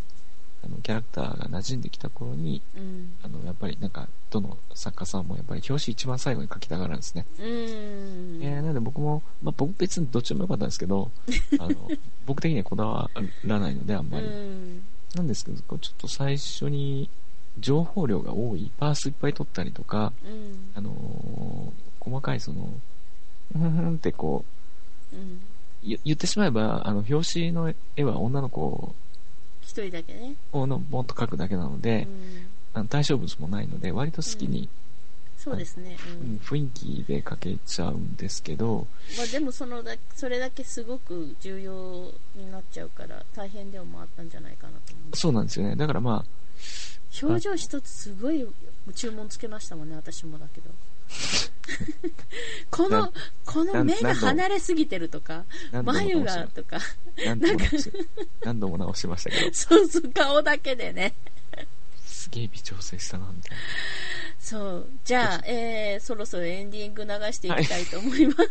[SPEAKER 2] あの、キャラクターが馴染んできた頃に、
[SPEAKER 1] うん
[SPEAKER 2] あの、やっぱりなんか、どの作家さんもやっぱり表紙一番最後に書きたがるんですね。
[SPEAKER 1] うん
[SPEAKER 2] えー、なんで僕も、まあ、僕別にどっちでもよかったんですけど、あの、僕的にはこだわらないので、あんまり。
[SPEAKER 1] うん
[SPEAKER 2] なんですけど、こうちょっと最初に、情報量が多い、パースいっぱい取ったりとか、
[SPEAKER 1] うん
[SPEAKER 2] あのー細かいその、ふんふんってこ
[SPEAKER 1] うん
[SPEAKER 2] う、言言ってしまえば、あの、表紙の絵は女の子
[SPEAKER 1] 一人だけね
[SPEAKER 2] をのボンと描くだけなの
[SPEAKER 1] う
[SPEAKER 2] で、
[SPEAKER 1] ん
[SPEAKER 2] あの対象物もないので、割と好きに、
[SPEAKER 1] そうですねう
[SPEAKER 2] うん
[SPEAKER 1] ん
[SPEAKER 2] 雰囲気で描けちゃうんですけど、
[SPEAKER 1] まあでもそのだそれだけすごく重要になっちゃうから大変でもあったんじゃないかなと思
[SPEAKER 2] そうなんですよね。だからまあ、
[SPEAKER 1] う表情一つすごい注文つけましたもんね私もだけどこ
[SPEAKER 2] な
[SPEAKER 1] のこの目
[SPEAKER 2] な
[SPEAKER 1] が
[SPEAKER 2] んと
[SPEAKER 1] 離れすぎてるとか
[SPEAKER 2] 何度も
[SPEAKER 1] 眉
[SPEAKER 2] 直し
[SPEAKER 1] が
[SPEAKER 2] ま
[SPEAKER 1] とか
[SPEAKER 2] 何度も直し何度も直しましたけど、
[SPEAKER 1] そうそう顔だけでね
[SPEAKER 2] すげえ微調整したな、みたいな。
[SPEAKER 1] そう。じゃあ、えー、そろそろエンディング流していきたいと思います。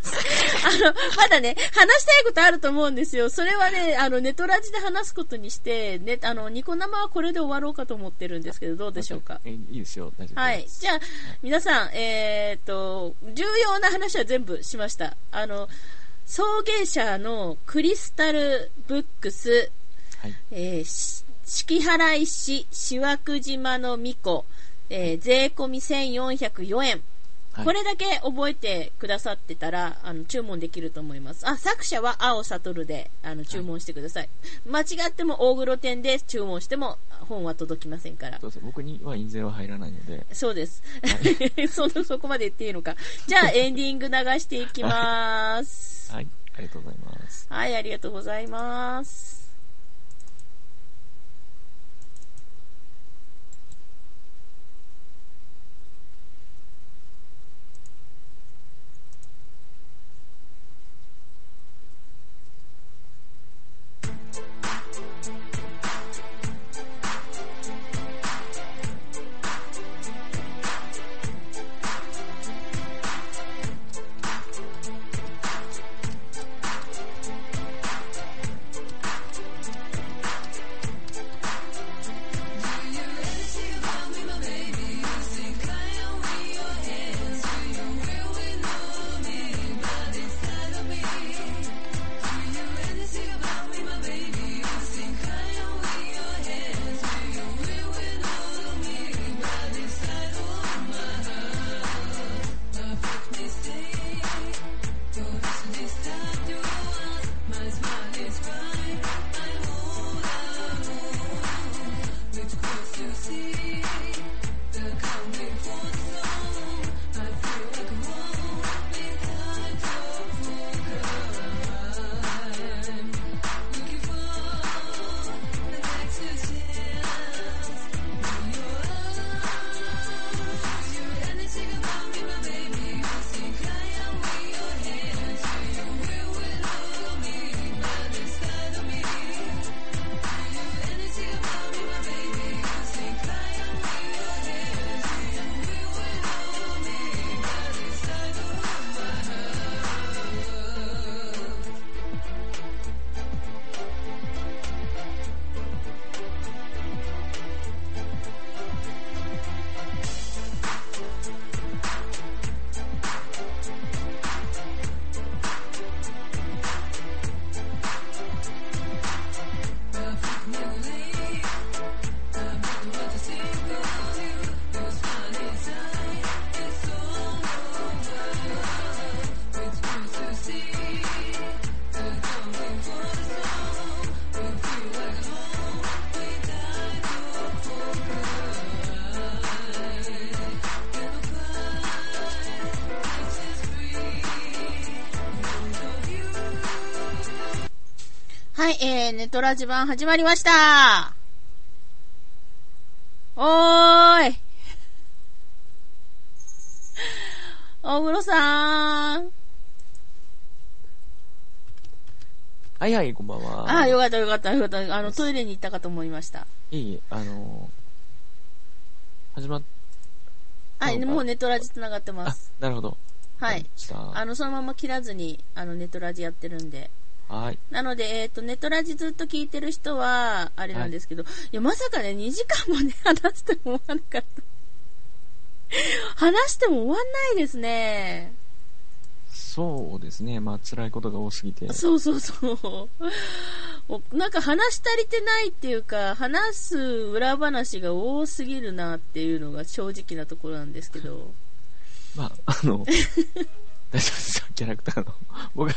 [SPEAKER 1] あの、まだね、話したいことあると思うんですよ。それはね、あの、ネトラジで話すことにして、ね、あの、ニコ生はこれで終わろうかと思ってるんですけど、どうでしょうか。
[SPEAKER 2] えいいですよ、大丈夫
[SPEAKER 1] はい。
[SPEAKER 2] です。
[SPEAKER 1] じゃあ、皆さん、えーっと、重要な話は全部しました。あの、送迎者のクリスタルブックス、
[SPEAKER 2] はい。
[SPEAKER 1] えーし敷払石、しわく島の巫女、えー税込み1404円。
[SPEAKER 2] はい。
[SPEAKER 1] これだけ覚えてくださってたら、あの、注文できると思います。あ、作者は青悟で、あの、注文してください。間違っても大黒店で注文しても、本は届きませんから
[SPEAKER 2] そ。うそう、僕にはインゼロは入らないので、
[SPEAKER 1] そうです。 その、そこまで言っていいのか。じゃあ、エンディング流していきます。
[SPEAKER 2] はい。ありがとうございます。
[SPEAKER 1] はい、ありがとうございます。はい、えー、ネトラジ版始まりました。おーい。 大黒さん。
[SPEAKER 2] はいはい、こんばんは。
[SPEAKER 1] ああ、よかったよかったよかった。あの、トイレに行ったかと思いました。
[SPEAKER 2] いい、あのー始まっ、
[SPEAKER 1] は
[SPEAKER 2] そ
[SPEAKER 1] い、
[SPEAKER 2] うか
[SPEAKER 1] もうネトラジ繋がってま
[SPEAKER 2] あ
[SPEAKER 1] す。、
[SPEAKER 2] なるほど。
[SPEAKER 1] はい。
[SPEAKER 2] した。
[SPEAKER 1] あの、そのまま切らずに、あの、ネトラジやってるんで。
[SPEAKER 2] はい。
[SPEAKER 1] なので、えっ、と、ネトラジずっと聞いてる人は、あれなんですけど、い、や、まさかね、2時間もね、 話しても終わんなかった。話しても終わんないですね。
[SPEAKER 2] そうですね。まあ、辛いことが多すぎて。
[SPEAKER 1] そうそうそう。おなんか話足りてないっていうか、話す裏話が多すぎるなっていうのが正直なところなんですけど。
[SPEAKER 2] まあ、あ の、大丈夫ですよ、キャラクターの。 僕が、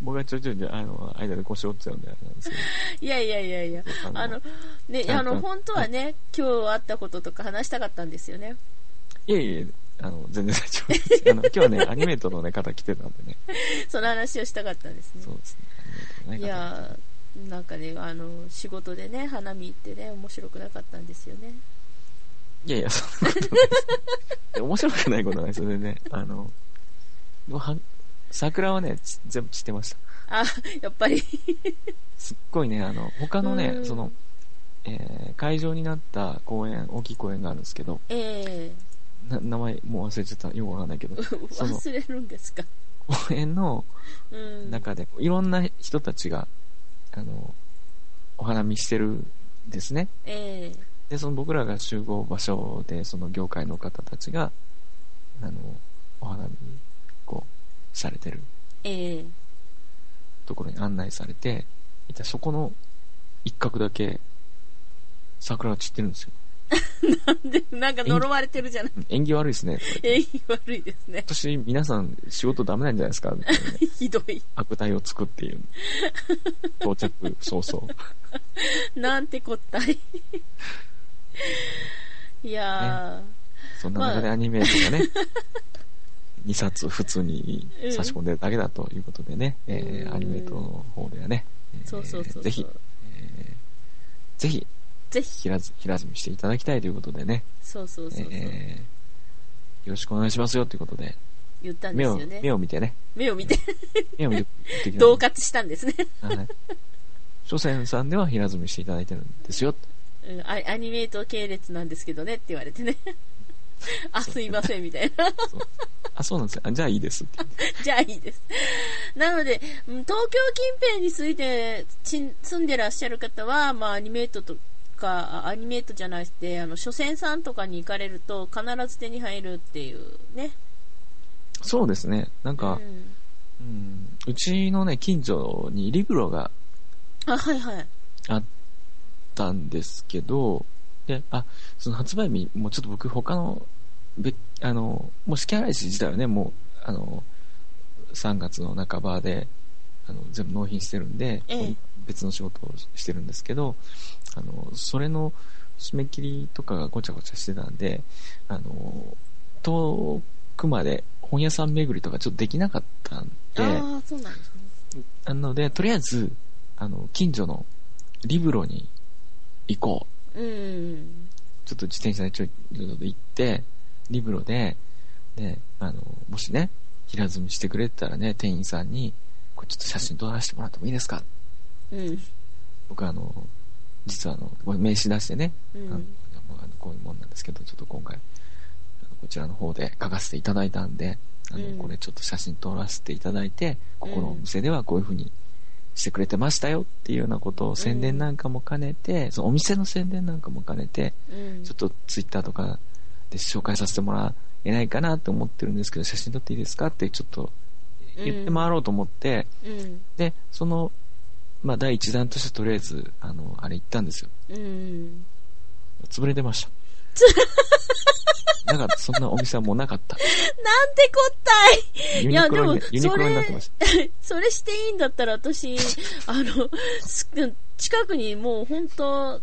[SPEAKER 2] 僕がちょいちょいで、あの、間で腰折っちゃうんで、あれなんですけ
[SPEAKER 1] いやいやいやいや。
[SPEAKER 2] ど。
[SPEAKER 1] あの、ね、
[SPEAKER 2] はい
[SPEAKER 1] あの、本当はね、今日あったこととか話したかったんですよね。
[SPEAKER 2] いえいえ、あの、全然大丈夫です。あの、今日 はね、アニメートの、ね、方来てたんでね。
[SPEAKER 1] その話をしたかったんですね
[SPEAKER 2] そ。うですね。アニメートのね、
[SPEAKER 1] い
[SPEAKER 2] 方。
[SPEAKER 1] やーなんかねあの仕事でね花見行ってね面白くなかったんですよね
[SPEAKER 2] いやいや、そんなことないです。面白くないことはないですよ、全然。あの、でもは桜はね、ち全部散ってました。
[SPEAKER 1] あやっぱり
[SPEAKER 2] すっごいね、あの、他のね
[SPEAKER 1] う、ん
[SPEAKER 2] その、 えー会場になった公園、大きい公園があるんですけど、
[SPEAKER 1] ええ
[SPEAKER 2] な名前もう忘れちゃったよくわかんないけどその
[SPEAKER 1] 忘れるんですか。
[SPEAKER 2] 公園の
[SPEAKER 1] うん。
[SPEAKER 2] 中でいろんな人たちがあのお花見してるんですね
[SPEAKER 1] え
[SPEAKER 2] でその僕らが集合場所でその業界の方たちがあのお花見こうされてる
[SPEAKER 1] えええ
[SPEAKER 2] ところに案内されていたそこの一角だけ桜が散ってるんですよ
[SPEAKER 1] で、なんか呪われてるじゃない。
[SPEAKER 2] 縁起悪いですねとか言って
[SPEAKER 1] ええ、悪いですね
[SPEAKER 2] 今。年皆さん仕事ダメなんじゃないですかみたいなね
[SPEAKER 1] ひどい。
[SPEAKER 2] 悪態をつく っていう到着早々
[SPEAKER 1] なんてこった い。いや
[SPEAKER 2] そんな中でアニメー トがね、2冊普通に差し込んでるだけだということでね、えー
[SPEAKER 1] うん
[SPEAKER 2] アニメートの方ではね、え
[SPEAKER 1] ー、
[SPEAKER 2] ー
[SPEAKER 1] そうそうそうそう。
[SPEAKER 2] ぜひ、えーぜひ
[SPEAKER 1] ぜひ。
[SPEAKER 2] 平積平積みしていただきたいということでね、
[SPEAKER 1] そうそうそうそう。
[SPEAKER 2] えーよろしくお願いしますよということで、
[SPEAKER 1] 言ったんで
[SPEAKER 2] 目
[SPEAKER 1] す
[SPEAKER 2] を
[SPEAKER 1] よね。
[SPEAKER 2] 目を見てね、
[SPEAKER 1] 目を見て、
[SPEAKER 2] 目を見て見てください
[SPEAKER 1] 同喝したんですね。
[SPEAKER 2] はい。所詮さんでは平積みしていただいてるんですよ。
[SPEAKER 1] うん、アアニメート系列なんですけどねって言われてね。 あ、すいません、みたいな。
[SPEAKER 2] そうあ、そうなんですよ。あじゃあいいですって言って。
[SPEAKER 1] じゃあいいです。なので、うん東京近辺についてちん住んでらっしゃる方は、まあ、アニメートとか、あアニメートじゃなくて、あの、書店さんとかに行かれると、必ず手に入るっていうね。
[SPEAKER 2] そうですね。なんか、
[SPEAKER 1] うん、
[SPEAKER 2] うん、うちのね、近所にリブロが
[SPEAKER 1] あ、はいはい。
[SPEAKER 2] あったんですけど、で、あ、その発売日、もうちょっと僕他の、べあの、もう式払い師自体はね、もう、あの、3月の半ばで、あの、全部納品してるんで、
[SPEAKER 1] ええ
[SPEAKER 2] もう別の仕事をしてるんですけど、あの、それの締め切りとかがごちゃごちゃしてたんで、あの、遠くまで本屋さん巡りとかちょっとできなかったんで、
[SPEAKER 1] ああ、そうなんですね。
[SPEAKER 2] なので、とりあえず、あの、近所のリブロに行こう。
[SPEAKER 1] うん。
[SPEAKER 2] ちょっと自転車でちょいちょっと行って、リブロで、で、あの、もしね、平積みしてくれてたらね、店員さんに、これちょっと写真撮らせてもらってもいいですか
[SPEAKER 1] うん。
[SPEAKER 2] 僕あの、実はあの、これ名刺出してね、
[SPEAKER 1] う
[SPEAKER 2] あの
[SPEAKER 1] ん。
[SPEAKER 2] あのこういうもんなんですけど、ちょっと今回、あのこちらの方で書かせていただいたんで、あの、
[SPEAKER 1] うん
[SPEAKER 2] これちょっと写真撮らせていただいて、ここのお店ではこういう風にしてくれてましたよっていうようなことを宣伝なんかも兼ねて、そのお店の宣伝なんかも兼ねて、
[SPEAKER 1] うん
[SPEAKER 2] ちょっとツイッターとかで紹介させてもらえないかなと思ってるんですけど、写真撮っていいですかってちょっと言って回ろうと思って、
[SPEAKER 1] うん。
[SPEAKER 2] で、その、まあ、第一弾としてとりあえず、あの、あれ行ったんですよ。
[SPEAKER 1] うん。
[SPEAKER 2] 潰れて ました。なんか、そんなお店はもうなかった。
[SPEAKER 1] なんてこったい
[SPEAKER 2] ユ
[SPEAKER 1] い
[SPEAKER 2] ニ
[SPEAKER 1] や
[SPEAKER 2] クロに
[SPEAKER 1] でも、
[SPEAKER 2] ユニクロになってました。
[SPEAKER 1] それしていいんだったら私、 あの、す近くにもう本当、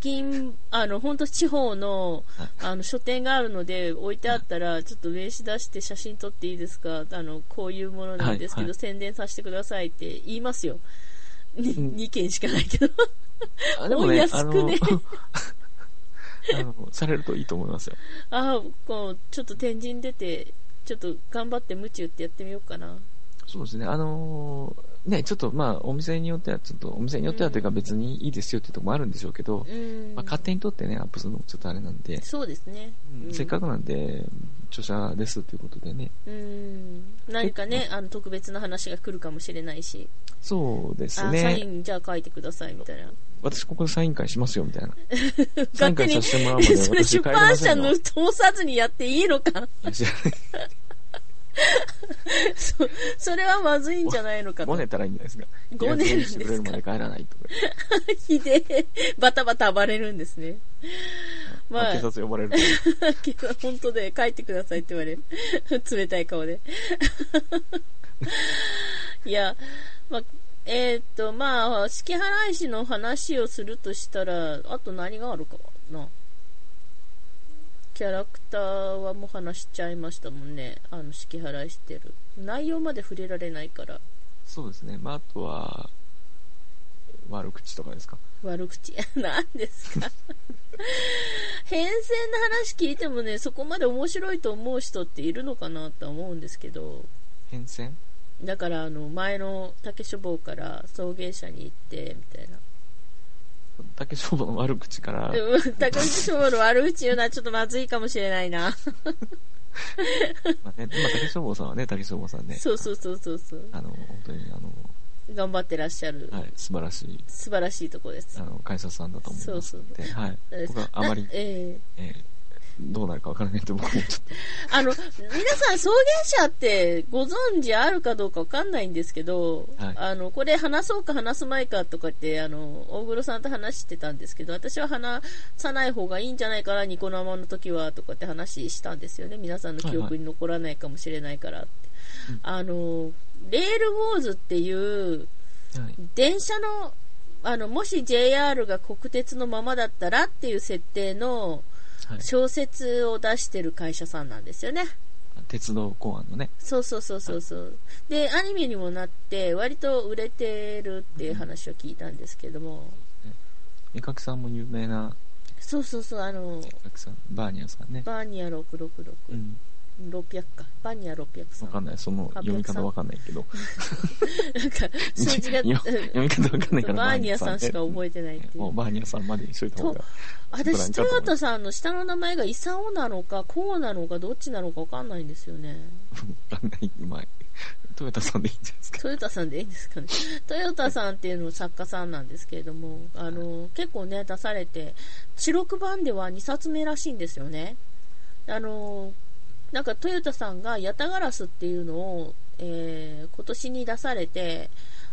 [SPEAKER 1] 銀、あの、本当地方の、あの、書店があるので、置いてあったら、ちょっと名刺出して写真撮っていいですかあの、こういうものなんですけど、
[SPEAKER 2] はいはい
[SPEAKER 1] 宣伝させてくださいって言いますよ。に
[SPEAKER 2] うん
[SPEAKER 1] 2件しかないけど。
[SPEAKER 2] あでも
[SPEAKER 1] お
[SPEAKER 2] ね、あ
[SPEAKER 1] 安く
[SPEAKER 2] の
[SPEAKER 1] ね、
[SPEAKER 2] あの、されるといいと思いますよ。
[SPEAKER 1] ああ、こう、ちょっと天神出て、ちょっと頑張って無打ってやってみようかな。
[SPEAKER 2] そうですね、あのーね、ちょっとまあ、お店によっては、ちょっと、お店によってはというか
[SPEAKER 1] うん
[SPEAKER 2] 別にいいですよっていうとこもあるんでしょうけど、
[SPEAKER 1] うん。
[SPEAKER 2] まあ、勝手に撮ってね、アップするのもちょっとあれなんで、
[SPEAKER 1] そうですね。うん
[SPEAKER 2] せっかくなんで、著者ですということでね、
[SPEAKER 1] うん何かね、あの特別な話が来るかもしれないし、
[SPEAKER 2] そうです
[SPEAKER 1] あサイ
[SPEAKER 2] ね、
[SPEAKER 1] ンじゃあ書いてくださいみたい な。
[SPEAKER 2] 私ここでサイン会しますよみたいな。 サ
[SPEAKER 1] 勝
[SPEAKER 2] イン
[SPEAKER 1] 手
[SPEAKER 2] 会さ
[SPEAKER 1] に、
[SPEAKER 2] せてもらうまで
[SPEAKER 1] それ
[SPEAKER 2] 私
[SPEAKER 1] 出
[SPEAKER 2] 帰りま
[SPEAKER 1] 版
[SPEAKER 2] せ
[SPEAKER 1] 社
[SPEAKER 2] ん
[SPEAKER 1] の
[SPEAKER 2] よ。
[SPEAKER 1] 通さずにやっていいのかそそれはまずいんじゃないのか
[SPEAKER 2] ご
[SPEAKER 1] と。
[SPEAKER 2] ねたらいいんじゃないですか。
[SPEAKER 1] ごねるんですか
[SPEAKER 2] いや準備してくれるまで帰らないとか。
[SPEAKER 1] ひでえ、バタバタ暴れるんですね。まあ
[SPEAKER 2] 警、察呼ばれるとか。
[SPEAKER 1] 警察 本当で帰ってくださいって言われる。 冷たい顔で。 いや、まあ、えーっと、まあ、式払い師の話をするとしたら、あと何があるかな。キャラクターはもう話しちゃいましたもんね。あの、式払いしてる。内容まで触れられないから、
[SPEAKER 2] そうですね。まあ、あとは、悪口とかですか。
[SPEAKER 1] 悪口。 何ですか 変遷の話聞いてもね、そこまで面白いと思う人っているのかなとは思うんですけど。
[SPEAKER 2] 変遷
[SPEAKER 1] だからあの前の竹書房から送迎車に行ってみたいな
[SPEAKER 2] 竹商法の悪口から、
[SPEAKER 1] うん高口昭和の悪口言うのはちょっとまずいかもしれないな。
[SPEAKER 2] まあね、まあ、竹消防さんはね、竹消防さんね、
[SPEAKER 1] そうそうそうそうそう。
[SPEAKER 2] あの、本当に、あ
[SPEAKER 1] 頑張ってらっしゃる、
[SPEAKER 2] の、はい、素晴らしい、
[SPEAKER 1] 素晴らしいとこです
[SPEAKER 2] あ。の、会社さんだと思いますので、はい
[SPEAKER 1] え。
[SPEAKER 2] 僕はあまり
[SPEAKER 1] な、ええ
[SPEAKER 2] えーどうなるかわからないと僕もちょっ
[SPEAKER 1] あの、皆さん、送迎者ってご存知あるかどうかわかんないんですけど、
[SPEAKER 2] はい
[SPEAKER 1] あの、これ話そうか話すまいかとかって、あの、大黒さんと話してたんですけど、私は話さない方がいいんじゃないかな、ニコ生の時は、とかって話したんですよね。皆さんの記憶に残らないかもしれないからって。
[SPEAKER 2] うん
[SPEAKER 1] あの、レールウォーズっていう、
[SPEAKER 2] と、はい。
[SPEAKER 1] 電車の、あの、もし JR が国鉄のままだったらっていう設定の、
[SPEAKER 2] はい、
[SPEAKER 1] 小説を出してる会社さんなんですよね。
[SPEAKER 2] 鉄道公安のね、
[SPEAKER 1] そうそうそうそうそう。で、アニメにもなって、割と売れてるっていう話を聞いたんですけども、
[SPEAKER 2] 絵描きさんも有名な
[SPEAKER 1] そうそうそう、あの
[SPEAKER 2] 絵、描きさん、バーニャさんね。
[SPEAKER 1] バーニア666、
[SPEAKER 2] うん。
[SPEAKER 1] 600か。バーニア600さ
[SPEAKER 2] わ
[SPEAKER 1] ん。
[SPEAKER 2] かんない。その読み方わかんないけど。
[SPEAKER 1] なんか、数字が、
[SPEAKER 2] よ 読み方わかんないから。
[SPEAKER 1] バーニアさんしか覚えてないってい
[SPEAKER 2] もう
[SPEAKER 1] う。
[SPEAKER 2] バーニャさんまでにしといた方が。
[SPEAKER 1] 私、トヨタさんの下の名前がイサオなのか、コウなのか、どっちなのかわかんないんですよね。
[SPEAKER 2] わかんない。まあ、トヨタさんでいいんじゃないですか。
[SPEAKER 1] トヨタさんでいいんですかね。 トヨタさんっていうの作家さんなんですけれども、あの、結構ね、出されて、知録版では2冊目らしいんですよね。あの、なんかトヨタさんがヤタガラスっていうのを、えー今年に出されて、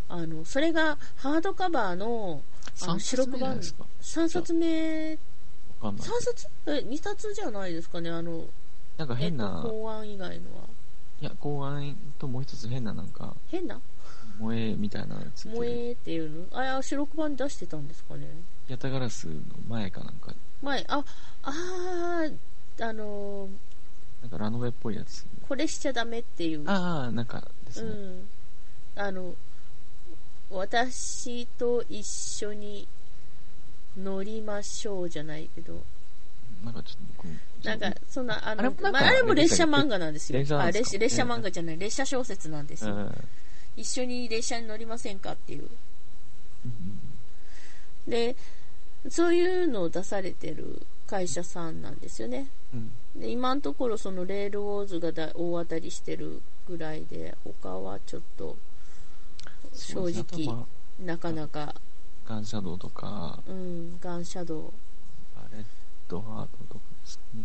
[SPEAKER 1] あの、それがハードカバーの、あの、
[SPEAKER 2] 三冊
[SPEAKER 1] 白
[SPEAKER 2] 目
[SPEAKER 1] く
[SPEAKER 2] じゃない
[SPEAKER 1] 版
[SPEAKER 2] ですか。
[SPEAKER 1] 3冊目、
[SPEAKER 2] わかんない
[SPEAKER 1] 3。冊え、2冊じゃないですかね、あの、
[SPEAKER 2] なんか
[SPEAKER 1] えっ
[SPEAKER 2] 変
[SPEAKER 1] と、
[SPEAKER 2] な、
[SPEAKER 1] 公安以外のは。
[SPEAKER 2] いや、公安ともう一つ変ななんか、
[SPEAKER 1] 変な
[SPEAKER 2] 萌えみたいなやつ。
[SPEAKER 1] 萌えっていうのあれは白く版に出してたんですかね。
[SPEAKER 2] ヤタガラスの前かなんか、
[SPEAKER 1] 前、あ、あー、あのー、
[SPEAKER 2] なんかラノベっぽいやつ。
[SPEAKER 1] これしちゃダメっていう。
[SPEAKER 2] ああ、なんかで
[SPEAKER 1] う
[SPEAKER 2] すね。
[SPEAKER 1] ん。あの、私と一緒に乗りましょうじゃないけど、
[SPEAKER 2] なんかちょっと僕も。
[SPEAKER 1] なんか、そんな、あの、
[SPEAKER 2] あれもなんか
[SPEAKER 1] まあ、あれも列車漫画なんですよ。
[SPEAKER 2] 列車な
[SPEAKER 1] あ
[SPEAKER 2] んです
[SPEAKER 1] 列
[SPEAKER 2] か
[SPEAKER 1] 車列車漫画じゃない、列車小説なんです
[SPEAKER 2] うん、
[SPEAKER 1] よ。一緒に列車に乗りませんかっていう。で、そういうのを出されてる会社さんなんですよね。
[SPEAKER 2] うん。
[SPEAKER 1] で今のところそのレールウォーズがだ大当たりしてるぐらいで他はちょっと正直なかなか、
[SPEAKER 2] ガンシャドウとか、
[SPEAKER 1] うん、ガンシャドウ
[SPEAKER 2] バレットハートとかですかね。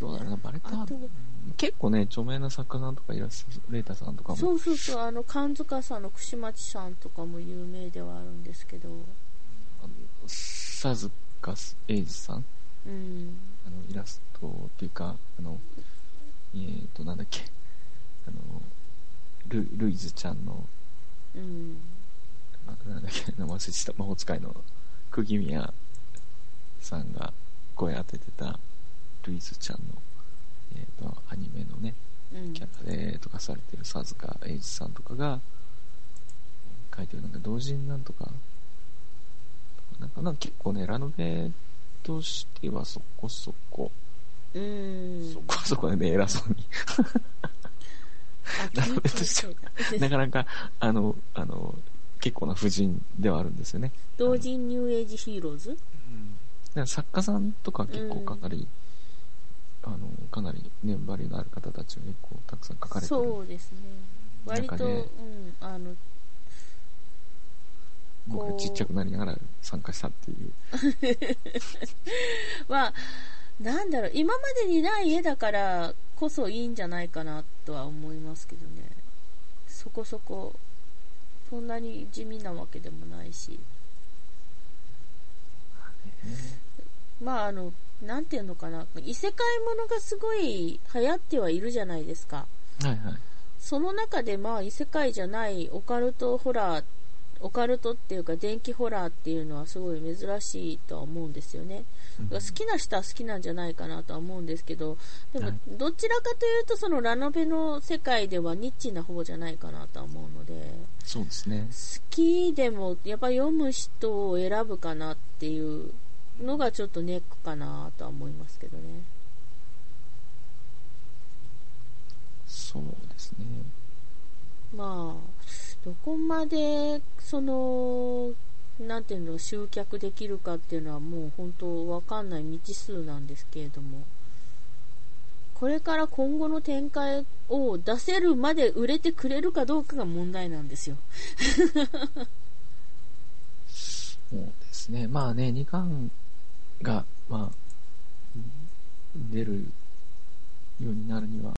[SPEAKER 2] どうだろうな、バレットハート
[SPEAKER 1] あと。
[SPEAKER 2] 結構ね、著名な作家さんとかイラストレーターさんとか
[SPEAKER 1] そ
[SPEAKER 2] も
[SPEAKER 1] うそうそうあの神塚さんの串町さんとかも有名ではあるんですけど
[SPEAKER 2] 佐塚英二さんあ
[SPEAKER 1] うん
[SPEAKER 2] のイラストっていうかあのえっ、となんだっけあのルルイズちゃんの
[SPEAKER 1] うん
[SPEAKER 2] ななんだっけ名前忘れてた魔法使いの釘宮さんが声当ててたルイズちゃんの、えっとアニメのね
[SPEAKER 1] うん
[SPEAKER 2] キャラでとかされてる佐塚英二さんとかが書いてるなんか同人なんとかなんかなんか結構ねラノベとしてはそこそこ、
[SPEAKER 1] うん
[SPEAKER 2] そこそこでね偉そうに
[SPEAKER 1] あ
[SPEAKER 2] なるべくしちゃ
[SPEAKER 1] 気持ち 悪い
[SPEAKER 2] なかなかあのあの結構な婦人ではあるんですよね
[SPEAKER 1] 同人ニューエイジヒーローズ
[SPEAKER 2] だから作家さんとか結構かなり、あのかなり年張りのある方たちが結構たくさん書かれてる
[SPEAKER 1] そうですね割と、
[SPEAKER 2] 中で
[SPEAKER 1] うんあの
[SPEAKER 2] 僕
[SPEAKER 1] こ
[SPEAKER 2] が
[SPEAKER 1] う
[SPEAKER 2] ちっちゃくなりながら参加したっていう
[SPEAKER 1] は、なんだろう、今までにない絵だからこそいいんじゃないかなとは思いますけどね。そこそこ、そんなに地味なわけでもないし。まあ、あの、なんていうのかな、異世界ものがすごい流行ってはいるじゃないですか。
[SPEAKER 2] はいはい
[SPEAKER 1] その中でまあ異世界じゃないオカルトホラー、オカルトっていうか電気ホラーっていうのはすごい珍しいとは思うんですよね。
[SPEAKER 2] うん
[SPEAKER 1] 好きな人は好きなんじゃないかなとは思うんですけど、でも
[SPEAKER 2] はい
[SPEAKER 1] どちらかというとそのラノベの世界ではニッチな方じゃないかなとは思うので、
[SPEAKER 2] そうですね
[SPEAKER 1] 好きでもやっぱ読む人を選ぶかなっていうのがちょっとネックかなとは思いますけどね。
[SPEAKER 2] そうですね
[SPEAKER 1] まあ、どこまで、その、なんていうの、集客できるかっていうのはもう本当わかんない未知数なんですけれども、これから今後の展開を出せるまで売れてくれるかどうかが問題なんですよ。
[SPEAKER 2] そうですね。まあね、2巻が、まあ、出るようになるには、